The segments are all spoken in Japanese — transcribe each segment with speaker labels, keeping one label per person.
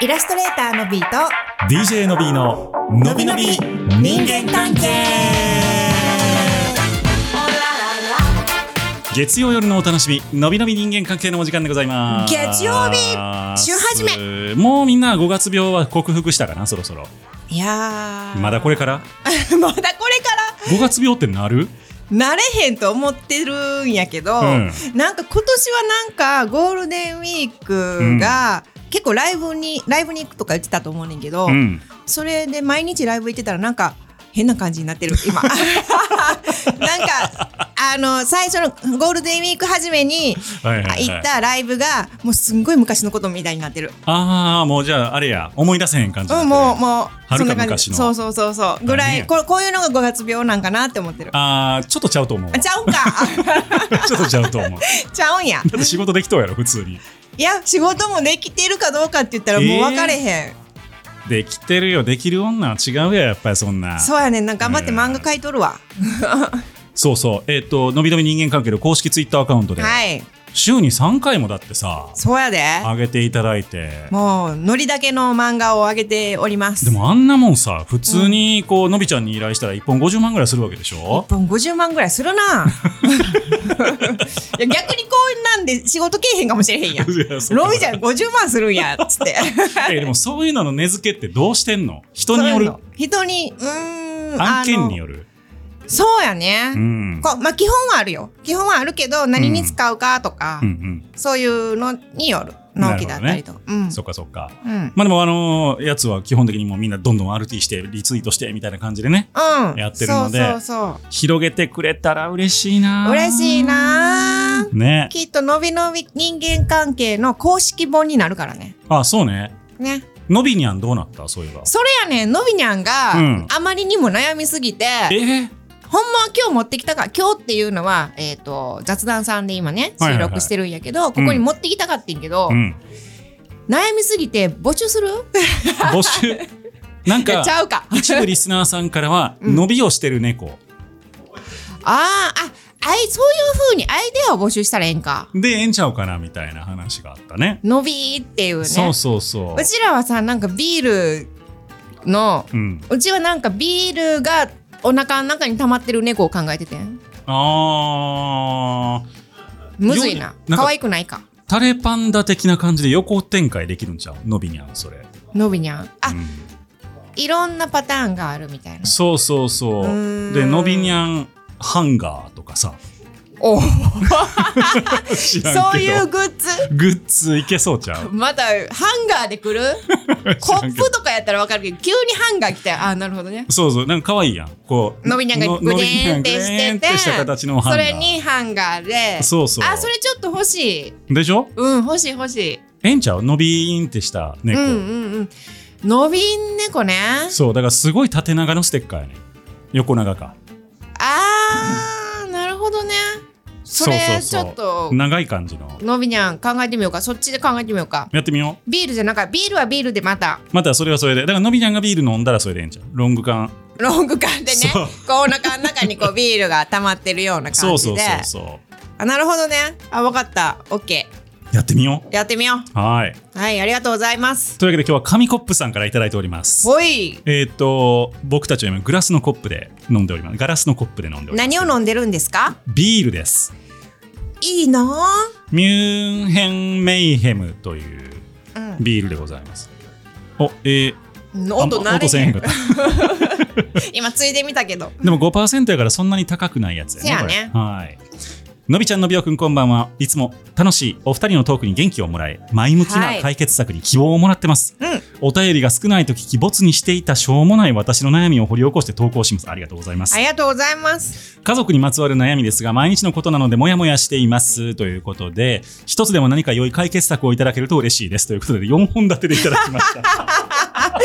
Speaker 1: イラストレーターのビーと
Speaker 2: DJ の B ののびのび人間関係月曜夜のお楽しみのびのび人間関係のお時間でございます
Speaker 1: 月曜日週始
Speaker 2: めもうみんな5月病は克服したかなそろそろ
Speaker 1: いやー
Speaker 2: まだこれから
Speaker 1: まだこれから
Speaker 2: 5月病ってなる
Speaker 1: なれへんと思ってるんやけど、
Speaker 2: うん
Speaker 1: なんか今年はなんかゴールデンウィークが、結構ライブにライブに行くとか言ってたと思うねんけど、
Speaker 2: うん
Speaker 1: それで毎日ライブ行ってたらなんか変な感じになってる 今なんかあの最初のゴールデンウィーク初めに
Speaker 2: はいはいはい
Speaker 1: 行ったライブがもうすんごい昔のことみたいになってる。
Speaker 2: ああもうじゃああれや思い出せへん感じに
Speaker 1: う
Speaker 2: なって
Speaker 1: ん、
Speaker 2: る
Speaker 1: もう、もう、
Speaker 2: はるか
Speaker 1: そんな感じ
Speaker 2: 昔の
Speaker 1: そうそうそうそう、ぐら
Speaker 2: 何
Speaker 1: い、
Speaker 2: や
Speaker 1: ここういうのが五月病なんかなって思ってる。
Speaker 2: ああちょっとちゃうと思うわ
Speaker 1: あちゃうんか、
Speaker 2: ちょっとちゃうと思う
Speaker 1: ちゃうんや。
Speaker 2: だって仕事できとうやろ普通に
Speaker 1: いや、仕事もできてるかどうかって言ったら、もう分かれへん。
Speaker 2: できてるよできる女は違うよやっぱりそ んな
Speaker 1: そうやねん、なんか頑張って漫画描いとるわ。
Speaker 2: そうそう、えっ、と、のびのび人間関係の公式ツイッターアカウントで、
Speaker 1: はい、
Speaker 2: 週に3回もだってさ、
Speaker 1: そうやで。
Speaker 2: 上げていただいて、
Speaker 1: もう、ノリだけの漫画をあげております。
Speaker 2: でもあんなもんさ、普通にこう、のびちゃんに依頼したら1本50万ぐらいするわけでしょ
Speaker 1: 1本50万ぐらいする ないや逆にこうなんで仕事けえへんかもしれへんやん
Speaker 2: いや そう
Speaker 1: ロビちゃん50万するんやっつって
Speaker 2: えでもそういうのの根付けってどうしてんの人によ
Speaker 1: そういう
Speaker 2: る
Speaker 1: の。人にうーん
Speaker 2: 案件によ
Speaker 1: る
Speaker 2: る。
Speaker 1: そうやね、
Speaker 2: うん。
Speaker 1: こうまあ基本はあるよ基本はあるけど何に使うかとか、
Speaker 2: うん
Speaker 1: そういうのによる納期だったりとか、う
Speaker 2: うんん。そっかそっか。
Speaker 1: うん
Speaker 2: まあでもあのーやつは基本的にもうみんなどんどん RT して、リツイートしてみたいな感じでね、
Speaker 1: うん、
Speaker 2: やってるので
Speaker 1: そうそう
Speaker 2: 広げてくれたら嬉しいな
Speaker 1: そう嬉しいなー
Speaker 2: ね。
Speaker 1: きっとのびのび人間関係の公式本になるからね
Speaker 2: あ、そうね。
Speaker 1: ね
Speaker 2: のびにゃんどうなったそういえば。
Speaker 1: それやねんのびにゃんが、
Speaker 2: うん
Speaker 1: あまりにも悩みすぎて
Speaker 2: えー
Speaker 1: ほんまは今日持ってきたか今日っていうのは、えー、と雑談さんで今ね収
Speaker 2: はいはいはい
Speaker 1: 録してるんやけど、ここに持ってきたかってんけど、
Speaker 2: うん、
Speaker 1: 悩みすぎて募集する
Speaker 2: 募集 なん
Speaker 1: ち
Speaker 2: か
Speaker 1: ゃうか
Speaker 2: 一部リスナーさんからは「
Speaker 1: うん
Speaker 2: 伸びをしてる猫
Speaker 1: あーああいそういう風にアイデアを募集したらええんか」
Speaker 2: でええんちゃうかなみたいな話があったね
Speaker 1: のびーっていうね
Speaker 2: そうそうそう
Speaker 1: うちらはさなんかビールの
Speaker 2: うん、
Speaker 1: うちはなんかビールがお腹の中に溜まってる猫を考えててん
Speaker 2: あー
Speaker 1: むずいな
Speaker 2: よなんか
Speaker 1: 可愛くないか
Speaker 2: タレパンダ的な感じで横展開できるんちゃうのびにゃんそれ、
Speaker 1: のびにゃんあ、
Speaker 2: うん
Speaker 1: いろんなパターンがあるみたいな
Speaker 2: そうそうそう
Speaker 1: うーん
Speaker 2: でのびにゃんハンガーとかさ
Speaker 1: お
Speaker 2: 知らんけど
Speaker 1: そういうグッズ
Speaker 2: グッズいけそうちゃう
Speaker 1: またハンガーで来 るコップとかやったらわかるけど急にハンガー来てああなるほどね
Speaker 2: そうそうなんか可愛いやんこう
Speaker 1: のびにゃんが
Speaker 2: の
Speaker 1: グデ
Speaker 2: のびに
Speaker 1: ー
Speaker 2: ゃ
Speaker 1: ン
Speaker 2: ん
Speaker 1: って
Speaker 2: グデ
Speaker 1: し
Speaker 2: ーン
Speaker 1: て
Speaker 2: っててした形のハン
Speaker 1: そ
Speaker 2: ガ
Speaker 1: れ
Speaker 2: ー
Speaker 1: にハンガーで
Speaker 2: そうそう
Speaker 1: あそれちょっと欲しい
Speaker 2: でしょ
Speaker 1: うん欲しい欲しい
Speaker 2: ええんちゃう伸びーんってした猫、
Speaker 1: うんうんうん伸びん猫ね
Speaker 2: そうだからすごい縦長のステッカーやね横長か
Speaker 1: あーなるほどねそれちょっと
Speaker 2: 長い感じの
Speaker 1: のびにゃん考えてみようかそっちで考えてみようか
Speaker 2: やってみよ
Speaker 1: ビールじゃなくビールはビールでまた
Speaker 2: うまたそれはそれでだからのびちゃんがビール飲んだらそれでええんちゃうロング缶
Speaker 1: ロング缶でね
Speaker 2: そう
Speaker 1: こうお腹の中にこうビールが溜まってるような
Speaker 2: そ
Speaker 1: 感
Speaker 2: う
Speaker 1: じ
Speaker 2: そう
Speaker 1: で
Speaker 2: そうそう
Speaker 1: あなるほどねあわかったオッケ
Speaker 2: やってみよ
Speaker 1: ーやってみよ
Speaker 2: うはい
Speaker 1: うんはいありがとうございます
Speaker 2: というわけで今日は紙コップさんからいただいております
Speaker 1: ほい
Speaker 2: えーっと僕たちは今グラスのコップで飲んでおりますガラスのコップで飲んでおります
Speaker 1: 何を飲んでるんですか
Speaker 2: ビールです
Speaker 1: いいの
Speaker 2: ミュンヘンメイヘムという
Speaker 1: うん
Speaker 2: ビールでございますおえー、
Speaker 1: 音
Speaker 2: あ
Speaker 1: 鳴
Speaker 2: 音
Speaker 1: れ
Speaker 2: せ
Speaker 1: へ
Speaker 2: えへん
Speaker 1: ん
Speaker 2: かった
Speaker 1: 今ついでみたけど
Speaker 2: でも5%やからそんなに高くないやつやね。
Speaker 1: せやね
Speaker 2: これはい。のびちゃんのびおくんこんばんは。いつも楽しいお二人のトークに元気をもらい、前向き
Speaker 1: は
Speaker 2: ない解決策に希望をもらってます。
Speaker 1: うん
Speaker 2: お便りが少ないと聞き、没にしていたしょうもない私の悩みを掘り起こして投稿します。ありがとうございます
Speaker 1: あ。りがとうございます
Speaker 2: 家族にまつわる悩みですが、毎日のことなのでモヤモヤしています。ということで、一つでも何か良い解決策をいただけると嬉しいです。ということで、4本立てでいただきました。こ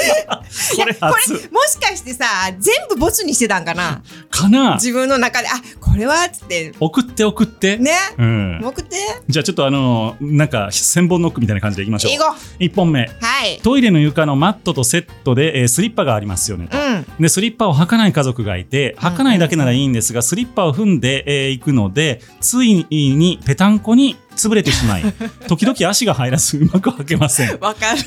Speaker 2: れ
Speaker 1: これ
Speaker 2: 初
Speaker 1: もしかしてさ全部ボツにしてたん かな
Speaker 2: かな
Speaker 1: 自分の中であこれはっつって
Speaker 2: 送って送って。
Speaker 1: ね
Speaker 2: うん。
Speaker 1: 目的
Speaker 2: じゃあちょっとあのなんか千本ノックみたいな感じでいきましょう。
Speaker 1: 英語は
Speaker 2: 一本目、
Speaker 1: いはい。
Speaker 2: トイレの床のマットとセットで、えースリッパがありますよねと。
Speaker 1: うん。
Speaker 2: でスリッパを履かない家族がいて履かないだけならいいんですが、スリッパを踏んでえーい、くのでついにぺたんこに潰れてし まい時々足が入らずうまく履けません
Speaker 1: わか る。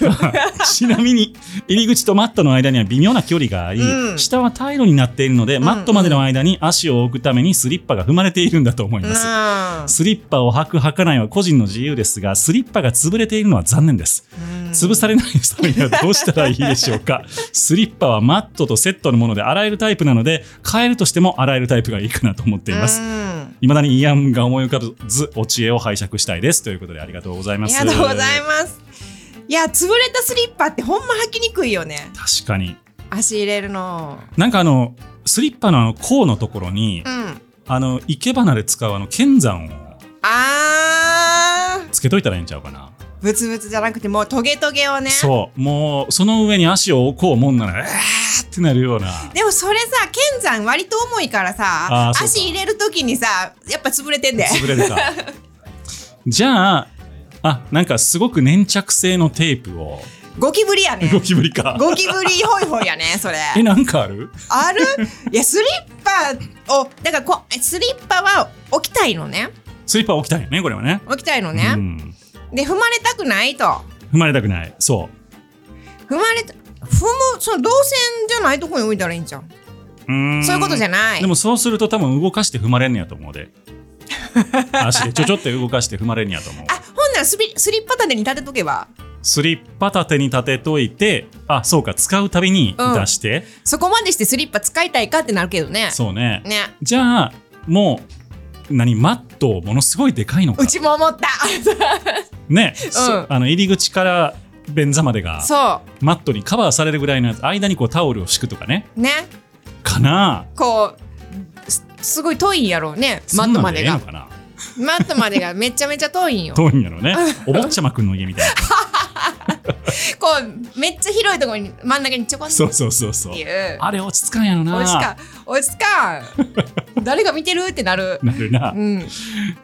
Speaker 2: ちなみに入り口とマットの間には微妙な距離があり、
Speaker 1: うん
Speaker 2: 下はタイルになっているので、
Speaker 1: ん
Speaker 2: マットまでの間に足を置くためにスリッパが踏まれているんだと思います、スリッパを履く履かないは個人の自由ですがスリッパが潰れているのは残念です
Speaker 1: うん
Speaker 2: 潰されないためにはどうしたらいいでしょう かスリッパはマットとセットのもので洗えるタイプなので買えるとしても洗えるタイプがいいかなと思っています
Speaker 1: うん
Speaker 2: 未だにイアンが思い浮かばずお知恵を拝借したいですということでありがとうござい
Speaker 1: あ
Speaker 2: ま
Speaker 1: り
Speaker 2: す
Speaker 1: がとうございます。いや、潰れたスリッパってほんま履きにくいよね。
Speaker 2: す確かに
Speaker 1: 足入れるの。
Speaker 2: なんかあのスリッパのあの甲のところに、
Speaker 1: うん。
Speaker 2: あの生け花で使うあの剣山を
Speaker 1: あー。
Speaker 2: つけといたらいいんちゃうかな、
Speaker 1: ブツブツじゃなくて、もうトゲトゲをね。
Speaker 2: そうもうその上に足を置こうもんならえーってなるような
Speaker 1: でもそれさ、剣山割と重いから
Speaker 2: あ
Speaker 1: さ
Speaker 2: ー、そうか
Speaker 1: 足入れるときにさ、やっぱ潰れてんで。
Speaker 2: 潰れるか じゃああなんかすごく粘着性のテープを
Speaker 1: ゴキブリやね。
Speaker 2: ゴキブリか
Speaker 1: ゴキブリホイホイやね、それ。
Speaker 2: えなんかある
Speaker 1: あるいや、スリッパを、だからこ、スリッパは置きたいのね。
Speaker 2: スリッパ置きたいよねこれはね
Speaker 1: 置きたいの
Speaker 2: う
Speaker 1: ね。
Speaker 2: ん、
Speaker 1: で、踏まれたくないと。
Speaker 2: 踏まれたくないそ
Speaker 1: 踏まれた、踏む、その動線じゃないとこに置いたらいいんじゃん。
Speaker 2: ううーん
Speaker 1: そういうことじゃ
Speaker 2: な
Speaker 1: ない。
Speaker 2: でもそうすると多分動かして踏まれんねやと思 うで足でちょちょって動かして踏まれんねやと思う
Speaker 1: あ、ほんならスリスリッパ立てに立てとけば、
Speaker 2: スリッパ立てに立てといてあそうか使うたびに
Speaker 1: うん
Speaker 2: 出して、
Speaker 1: そこまでしてスリッパ使いたいかってなるけどね。
Speaker 2: そうね
Speaker 1: ね。
Speaker 2: じゃあもう何マットをものすごいでかいのか
Speaker 1: うちも思 った。
Speaker 2: ね、そあの入り口から便座までが
Speaker 1: そ
Speaker 2: マットにカバーされるぐらいのやつ間にこうタオルを敷くとかね
Speaker 1: う。ね。
Speaker 2: かな
Speaker 1: こう、すすごい遠いんやろうね。マットまでが
Speaker 2: そ。んなんえ
Speaker 1: マットまでがめちゃめちゃ遠いんよ
Speaker 2: え。のかな遠いんやろね お坊ちゃまくんの家みたいな
Speaker 1: こう、めっちゃ広いところに真ん中にちょ こんと
Speaker 2: そ
Speaker 1: っ
Speaker 2: うそうそうそう
Speaker 1: ていう。
Speaker 2: あれ落ち着かんやろな
Speaker 1: おいしかん、おいし かん。誰が見てるってなる。
Speaker 2: なるな、
Speaker 1: うん。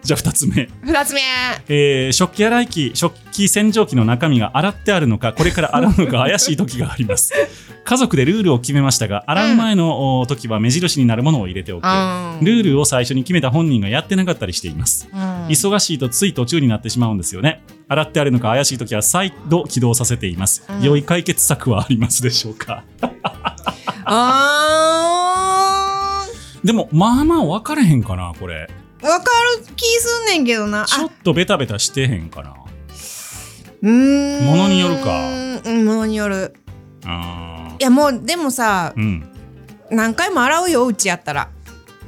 Speaker 2: じゃあ2つ目、
Speaker 1: 二つ目。
Speaker 2: えー食器洗い機食器洗浄機の中身が洗ってあるのかこれから洗うのか怪しい時があり ます家族でルールを決めましたが洗う前のお時は目印になるものを入れておく、
Speaker 1: うん
Speaker 2: ルールを最初に決めた本人がやってなかったりしています
Speaker 1: うん
Speaker 2: 忙しいとつい途中になってしまうんですよね洗ってあるのか怪しい時は再度起動させています、
Speaker 1: うん
Speaker 2: 良い解決策はありますでしょうか
Speaker 1: あ
Speaker 2: でもまあまあ分かれへんかなこれ
Speaker 1: ー。わかる気すんねんけどな。
Speaker 2: ちょ
Speaker 1: あ
Speaker 2: っとベタベタしてへんかな
Speaker 1: うーん。
Speaker 2: ものによるか
Speaker 1: うん、ものによる。
Speaker 2: あ
Speaker 1: いや、もう、でもさ
Speaker 2: ー、うん
Speaker 1: 何回も洗うよ、うちやったら。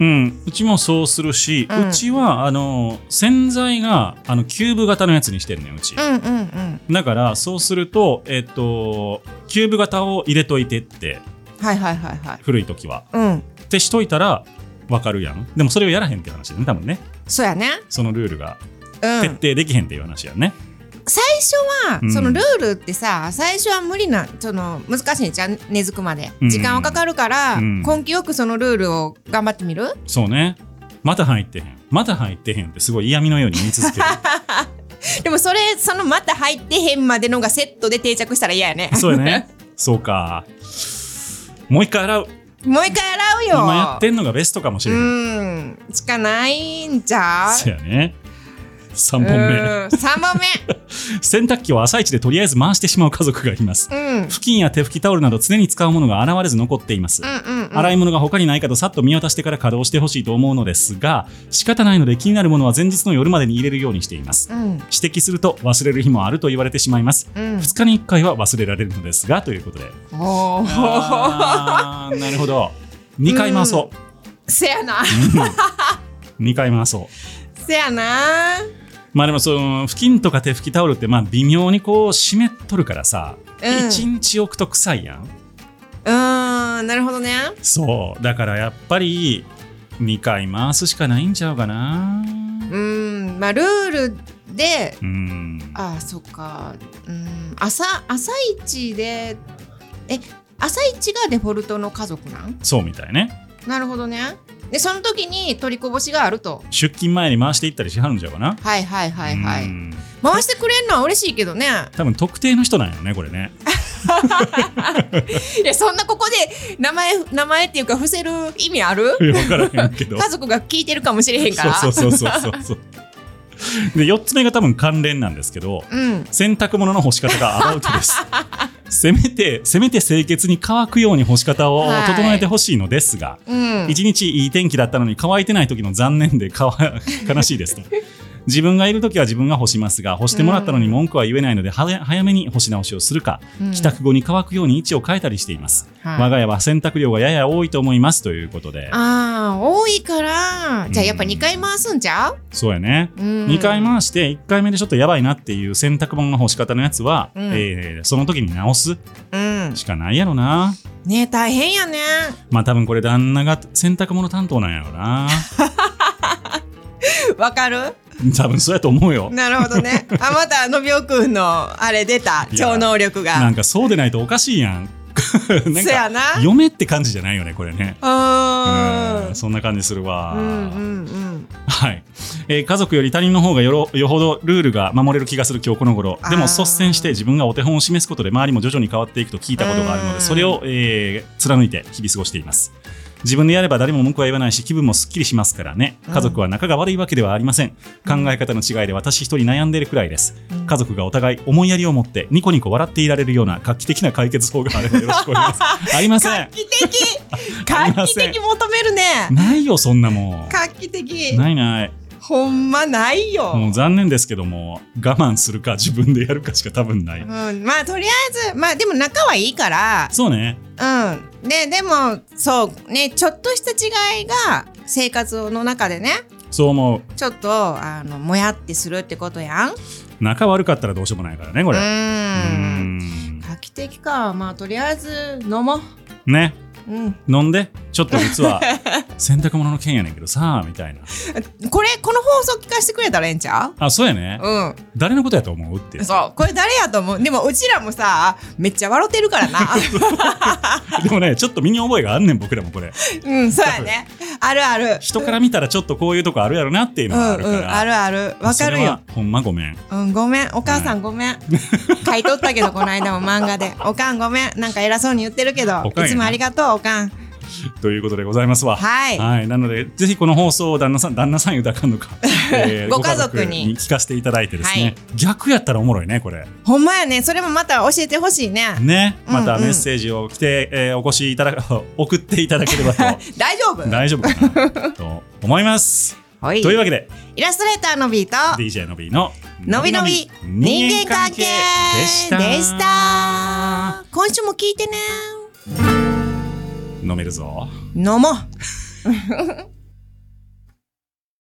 Speaker 2: うん、うちもそうするし、う
Speaker 1: うん
Speaker 2: ちはあの洗剤があのキューブ型のやつにしてるねんうち、
Speaker 1: うんうんうん。
Speaker 2: だからそうするとえっとキューブ型を入れといてって
Speaker 1: はいはいはいはい。
Speaker 2: 古い時は
Speaker 1: うん。
Speaker 2: ってしといたら分かるやんでもそれをやらへんって話だね多分ね
Speaker 1: そうやね。
Speaker 2: そのルールが
Speaker 1: う
Speaker 2: 徹
Speaker 1: ん
Speaker 2: 底。できへんっていう話やね。
Speaker 1: 最初は、
Speaker 2: うん
Speaker 1: そのルールってさ最初は無理なその難しいじゃん根付くまで、
Speaker 2: うん
Speaker 1: 時間はかかるから、
Speaker 2: うん
Speaker 1: 根気よくそのルールを頑張ってみる
Speaker 2: そうね。また入ってへん。また入ってへんってすごい嫌味のように言い 続ける。
Speaker 1: でもそれそのまた入ってへんまでのがセットで定着したら嫌やね
Speaker 2: そうよね。そうか。もう一回洗う。
Speaker 1: もう一回洗うよ
Speaker 2: 今やってんのがベストかもしれ
Speaker 1: う
Speaker 2: ない。
Speaker 1: んしかないんじゃ
Speaker 2: そうやね。3
Speaker 1: う
Speaker 2: 本目。
Speaker 1: うん三本
Speaker 2: 洗濯機を朝一でとりあえず回してしまう家族がいます。
Speaker 1: 目うん
Speaker 2: 布巾や手拭きタオルなど常に使うものが現れず残っています。
Speaker 1: うんうんうん
Speaker 2: 洗い物が他にないかとさっと見渡してから稼働してほしいと思うのですが、仕方ないので気になるものは前日の夜までに入れるようにしています。
Speaker 1: うん
Speaker 2: 指摘すると忘れる日もあると言われてしまいます。
Speaker 1: うん
Speaker 2: 2日に1回は忘れられるのですがという ことで
Speaker 1: おー
Speaker 2: あーなるほど2回回そ
Speaker 1: せやな
Speaker 2: う2回回そう
Speaker 1: せやな
Speaker 2: まあでもその布巾とか手拭きタオルってまあ微妙にこう湿っとるからさ、
Speaker 1: うん
Speaker 2: 一1日置くと臭いやん
Speaker 1: うーんなるほどね
Speaker 2: そうだからやっぱり2回回すしかないんちゃうかな
Speaker 1: うんまあルールで
Speaker 2: うん
Speaker 1: ああそっかうん朝朝一でえ朝一がデフォルトの家族なん
Speaker 2: そうみたいね
Speaker 1: なるほどねでその時に取りこぼしがあると
Speaker 2: 出勤前に回していったりしはるんじゃうかな。
Speaker 1: はいはいはいは
Speaker 2: う
Speaker 1: い
Speaker 2: ん
Speaker 1: 回してくれるのは嬉しいけどね
Speaker 2: 多分特定の人なんよねこれね。
Speaker 1: いやそんなここで名前名前っていうか伏せる意味ある
Speaker 2: 分からへんけど。
Speaker 1: 家族が聞いてるかもしれへんから
Speaker 2: そうそうそうそうそう。で4つ目が多分関連なんですけど
Speaker 1: うん
Speaker 2: 洗濯物の干し方がアバウトです せめてせめて清潔に乾くように干し方を整えてほしいのですが、
Speaker 1: うん
Speaker 2: 一日いい天気だったのに乾いてない時の残念でかわ 悲しいですと。自分がいる時は自分が干しますが干してもらったのに文句は言えないのではや早めに干し直しをするか、
Speaker 1: うん
Speaker 2: 帰宅後に乾くように位置を変えたりしています、
Speaker 1: はい
Speaker 2: 我が家は洗濯量がやや多いと思いますということで
Speaker 1: ああ多いからじゃあやっぱ
Speaker 2: うん
Speaker 1: 2回回すんちゃう、
Speaker 2: そうやね、
Speaker 1: うん、
Speaker 2: 2回回して1回目でちょっとやばいなっていう洗濯物の干し方のやつは、
Speaker 1: うん
Speaker 2: えーその時に直す
Speaker 1: うん
Speaker 2: しかないやろな
Speaker 1: ねえ大変やね
Speaker 2: まあ多分これ旦那が洗濯物担当なんやろ な
Speaker 1: わかる
Speaker 2: 多分そうやと思うよ
Speaker 1: なるほど ねあまたあのびょうくんのあれ出た
Speaker 2: いや
Speaker 1: 超能力
Speaker 2: な
Speaker 1: が
Speaker 2: んかそうでないとおかしいや ん。な
Speaker 1: そやな
Speaker 2: 嫁って感じじゃないよねこれね。
Speaker 1: うん
Speaker 2: うんそんな感じするわ。
Speaker 1: うんうんうん
Speaker 2: はい、えー家族より他人の方がよろよほどルールが守れる気がする今日この頃でも
Speaker 1: あー
Speaker 2: 率先して自分がお手本を示すことで周りも徐々に変わっていくと聞いたことがあるの
Speaker 1: う
Speaker 2: で
Speaker 1: ん
Speaker 2: それを、えー貫いて日々過ごしています自分でやれば誰も文句は言わないし気分もすっきりしますからね家族は仲が悪いわけではありません考え方の違いで私一人悩んでいるくらいです
Speaker 1: うん
Speaker 2: 家族がお互い思いやりを持ってニコニコ笑っていられるような画期的な解決法があればよろしくお願いしま すありませ
Speaker 1: 画
Speaker 2: ん
Speaker 1: 期 的
Speaker 2: あり
Speaker 1: 画
Speaker 2: ま
Speaker 1: 期
Speaker 2: せん
Speaker 1: 的求めるね
Speaker 2: ないよそんなも
Speaker 1: 画期的
Speaker 2: んないない
Speaker 1: ほんまないよ
Speaker 2: もう残念ですけども我慢するか自分でやるかしか多分ない、
Speaker 1: うん、まあとりあえずまあでも仲はいいから
Speaker 2: そうね
Speaker 1: うんねでもそうねちょっとした違いが生活の中でね
Speaker 2: そう思う
Speaker 1: ちょっとあのもやってするってことやんう
Speaker 2: 仲悪かったらどうしようもないからねこれう
Speaker 1: ーん
Speaker 2: ん
Speaker 1: 画期的かまあとりあえず飲もう
Speaker 2: ね
Speaker 1: うん、
Speaker 2: 飲んでちょっと実は洗濯物の件やねんけどさみたいな
Speaker 1: これこの放送聞かせてくれたらええんちゃう
Speaker 2: あそうやね
Speaker 1: う
Speaker 2: 誰のことやと思うって
Speaker 1: ん、そうこれ誰やと思うでもうちらもさめっちゃ笑ってるから な
Speaker 2: でもねちょっと身に覚えがあんねん僕らもこれ
Speaker 1: うんそうやねあるある
Speaker 2: 人から見たらちょっとこういうとこあるやろなっていうのがある
Speaker 1: う
Speaker 2: か
Speaker 1: ん
Speaker 2: ら、
Speaker 1: うんあるあるわかるよ
Speaker 2: それはほんまごめん
Speaker 1: うん、ごめん、お母さんごめん。買い取ったけど、この間も漫画で。おかんごめん。なんか偉そうに言ってるけど、
Speaker 2: おかんやない
Speaker 1: つもありがとう、おかん。
Speaker 2: ということでございますわ
Speaker 1: はい
Speaker 2: なのでぜひこの放送を旦那さん旦那さん言うたらあかん のか、え
Speaker 1: ご家族に
Speaker 2: ご聞かせていただいてですね、
Speaker 1: はい
Speaker 2: 逆やったらおもろいねこれ
Speaker 1: ほんまやね、それもまた教えてほしいね。
Speaker 2: ね
Speaker 1: うんうん
Speaker 2: またメッセージを来て、えーお越しいただく 送っていただければと
Speaker 1: 大丈夫
Speaker 2: 大丈夫かなと思います
Speaker 1: はい
Speaker 2: というわけで
Speaker 1: イラストレーターのビート、
Speaker 2: DJ のびの
Speaker 1: のびのび人間関係
Speaker 2: でした
Speaker 1: でした。今週も聞いてね。
Speaker 2: 飲めるぞ
Speaker 1: 飲もう。